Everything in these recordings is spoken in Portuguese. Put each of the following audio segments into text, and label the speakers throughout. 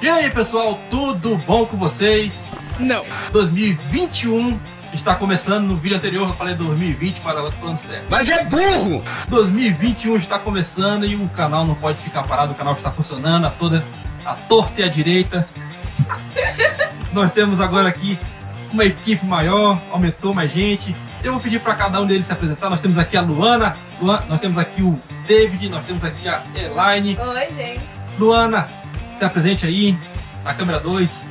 Speaker 1: E aí, pessoal, tudo bom com vocês?
Speaker 2: Não.
Speaker 1: 2021 está começando. No vídeo anterior eu falei 2020, mas agora tô falando certo.
Speaker 3: Mas é burro!
Speaker 1: 2021 está começando e o canal não pode ficar parado, o canal está funcionando a toda a torta e a direita. Nós temos agora aqui uma equipe maior, aumentou mais gente. Eu vou pedir para cada um deles se apresentar. Nós temos aqui a Luana, Luan- nós temos aqui o David, nós temos aqui a Elaine.
Speaker 2: Oi, gente.
Speaker 1: Luana, se apresente aí, a câmera 2.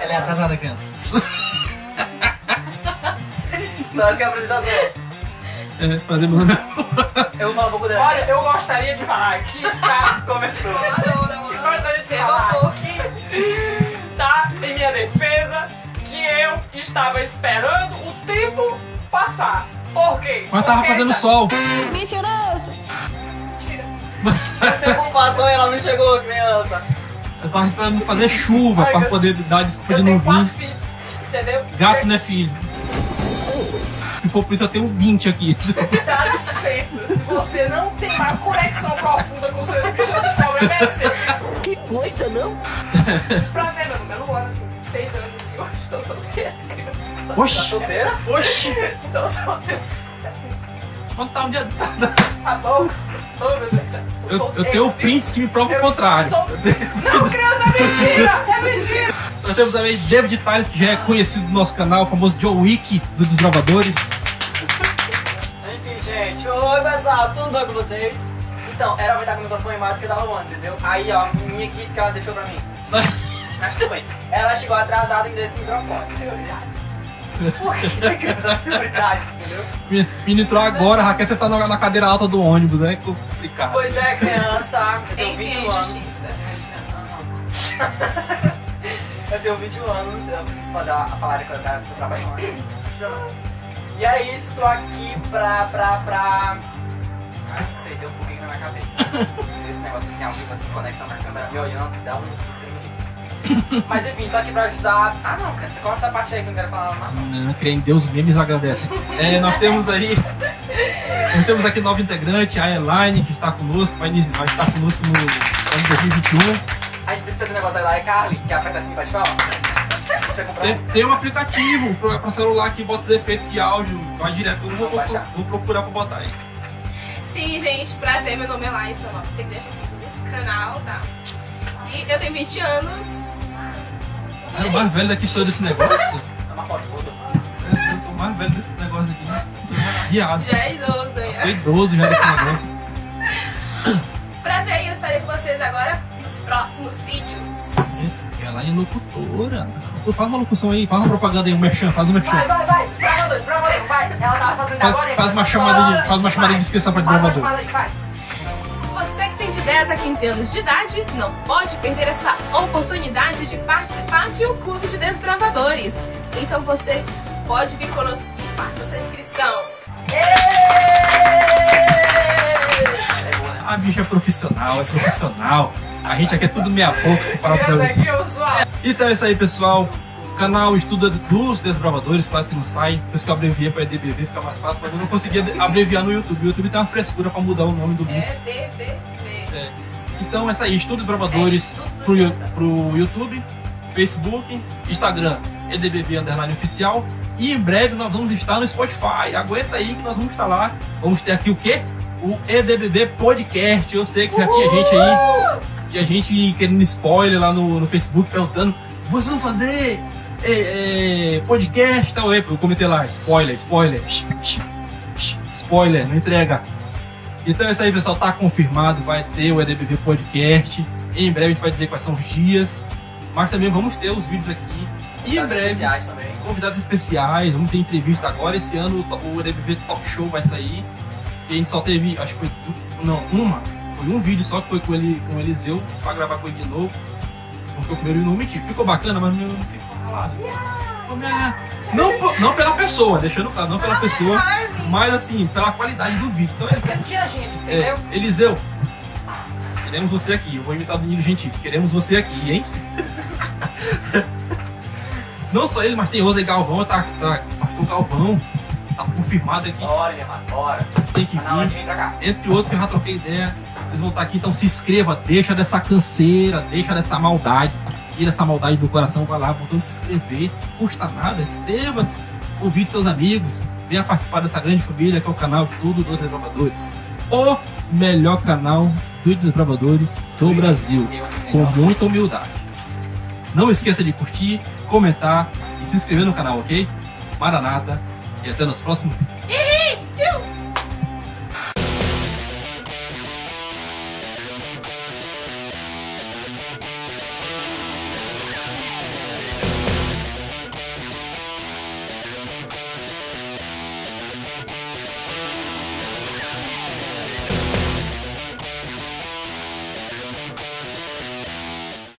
Speaker 4: Ela é atrasada, criança. Só essa que é a apresentação.
Speaker 1: É, prazer, Luana.
Speaker 4: Eu vou falar um pouco dela.
Speaker 5: Olha, eu gostaria de falar que tá.
Speaker 4: começou.
Speaker 5: Eu gostaria de falar que tá em minha defesa que eu estava esperando o tempo passar. Por quê?
Speaker 1: Mas tava
Speaker 5: Porque
Speaker 1: fazendo
Speaker 5: tá-
Speaker 1: sol.
Speaker 4: O tempo passou e ela tá? não chegou, criança.
Speaker 1: Eu tava esperando fazer chuva
Speaker 5: Ai,
Speaker 1: pra
Speaker 5: meu-
Speaker 1: poder dar desculpa
Speaker 5: Eu
Speaker 1: de
Speaker 5: tenho
Speaker 1: não
Speaker 5: quatro
Speaker 1: vir.
Speaker 5: filhos, entendeu?
Speaker 1: Gato não é filho. Se for por isso, eu tenho 20 aqui.
Speaker 5: Dá licença. Se você não tem uma conexão profunda com seus bichos, o problema é seu.
Speaker 3: Que coisa, não?
Speaker 5: Prazer, meu nome é Luana, tenho 26 anos e hoje estou solteira. criança.
Speaker 4: Tá
Speaker 1: Oxi!
Speaker 4: solteira?
Speaker 1: Oxi!
Speaker 5: Estou solteira. Assim,
Speaker 1: Quando tá um dia-
Speaker 5: Tá bom? Ô, meu Deus do céu.
Speaker 1: Eu, eu tenho prints que me provam o contrário.
Speaker 5: sou- Não, criança, é mentira! É mentira!
Speaker 1: Nós temos também David Tales, que já é conhecido do nosso canal, o famoso Joe Wick do dos gravadores.
Speaker 4: Enfim, gente. Oi, pessoal. Tudo bem com vocês? Então, era pra estar com o microfone mais do que da Luana, entendeu? Aí, ó, a minha quis que ela deixou pra mim. Mas tudo bem. Ela chegou atrasada e me deu esse microfone. Prioridades. Por que, criança? Prioridades, entendeu?
Speaker 1: Menino entrou agora, Raquel, você tá na na cadeira alta do ônibus, né? Complicado.
Speaker 4: Pois é, criança. Eu tenho
Speaker 2: Enfim,
Speaker 4: 21 anos. Eu tenho 21 anos, eu preciso falar a palavra que eu que eu trabalho lá. E é isso, tô aqui pra. pra. pra. Ah, não sei, deu um pouquinho na minha cabeça. Esse negócio assim, ao vivo, assim, conexão pra câmera me olhando, dá um tremelique. Mas enfim, tô aqui pra ajudar. Ah não, cara, você corta essa parte aí que eu não quero falar mais. não.
Speaker 1: Não Crê em Deus, memes agradecem. É, nós temos aí. Nós temos aqui nova integrante, a Elaine, que está conosco, vai, inici- vai estar conosco no ano 2021.
Speaker 4: A gente precisa do negócio da iCarly, que aperta assim pra te falar. Você comprou?
Speaker 1: Tem, tem um aplicativo para celular que bota os efeitos de áudio, vai direto. Eu vou, vou, vou procurar para botar aí.
Speaker 2: Sim, gente, prazer. Meu nome é Laís, sou nova integrante aqui do canal, tá? E eu tenho 20 anos.
Speaker 1: Ah, o mais velho daqui sou eu desse negócio? É,
Speaker 4: É uma foto, boa.
Speaker 1: Eu, eu sou o mais velho desse negócio aqui, né? Viado.
Speaker 2: Já é idoso,
Speaker 1: Eu
Speaker 2: né?
Speaker 1: Sou idoso já desse negócio.
Speaker 2: Prazer e eu estarei com vocês agora nos próximos vídeos.
Speaker 1: Elaine é locutora. Faz uma locução aí, faz uma propaganda aí, um merchan, faz um
Speaker 5: Vai,
Speaker 1: merchan.
Speaker 5: vai, vai. Desbravador, desbravador, vai. Ela tava fazendo agora.
Speaker 1: Faz, faz uma chamada de, faz uma chamada de inscrição para
Speaker 5: desbravador.
Speaker 1: desbravador.
Speaker 5: faz.
Speaker 2: Você que tem de 10 a 15 anos de idade não pode perder essa oportunidade de participar de um clube de desbravadores. Então você pode vir conosco e faça sua inscrição.
Speaker 1: A bicha é profissional, é profissional. A gente aqui é tudo meia boca comparado
Speaker 5: Criança
Speaker 1: com
Speaker 5: aqui, eu sou a...
Speaker 1: Então é isso aí, pessoal. O canal estuda dos desbravadores, quase que não sai. Por isso que eu abreviei pra EDBV, fica mais fácil, mas eu não conseguia de- abreviar no YouTube. O YouTube tem uma frescura pra mudar o nome do grupo.
Speaker 2: É DBV.
Speaker 1: Então é isso aí, estuda os desbravadores pro, Yo- pro YouTube, Facebook, Instagram, EDBV Underline Oficial. E em breve nós vamos estar no Spotify. Aguenta aí que nós vamos estar lá. Vamos ter aqui o quê? O EDBB Podcast. Eu sei que já tinha gente aí. Tinha gente querendo spoiler lá no, no Facebook perguntando: vocês vão fazer é, é, podcast e tal? Eu eu comentei lá: spoiler, spoiler, spoiler, não entrega. Então é isso aí, pessoal. Tá confirmado, vai ter o EDBV Podcast. Em breve a gente vai dizer quais são os dias. Mas também vamos ter os vídeos aqui. E em
Speaker 4: Sabe,
Speaker 1: breve,
Speaker 4: Tá especiais também.
Speaker 1: convidados especiais. Vamos ter entrevista agora. Esse ano o to- o EDBV Talk Show vai sair. E a gente só teve, acho que foi. du- Não, uma. Foi um vídeo só que foi com, ele, com o Eliseu pra gravar com ele de novo. Não foi o primeiro e não menti. Ficou bacana, mas meu, não ficou ralado. Ficou meia- Não, po- não pela pessoa, deixando claro, não pela pessoa, mas assim, pela qualidade do vídeo. Então é
Speaker 5: Porque não tinha gente, entendeu?
Speaker 1: é, Eliseu, queremos você aqui. Eu vou imitar o Danilo Gentil. Queremos você aqui, hein? Não só ele, mas tem Rosa e Galvão. Tá, tá, Pastor Galvão tá confirmado aqui.
Speaker 4: Bora, minha mãe, bora.
Speaker 1: Tem que
Speaker 4: Tá na
Speaker 1: vir.
Speaker 4: hora de vir pra cá.
Speaker 1: Entre outros que eu já troquei ideia. Eles vão estar aqui, então se inscreva, deixa dessa canseira, deixa dessa maldade, tira essa maldade do coração, vai lá, botão se inscrever, custa nada, inscreva-se, convide seus amigos, venha participar dessa grande família que é o canal Tudo dos Desbravadores. O melhor canal dos desbravadores do Brasil, com muita humildade. Não esqueça de curtir, comentar e se inscrever no canal, ok? Maranata e até nos próximos.
Speaker 2: E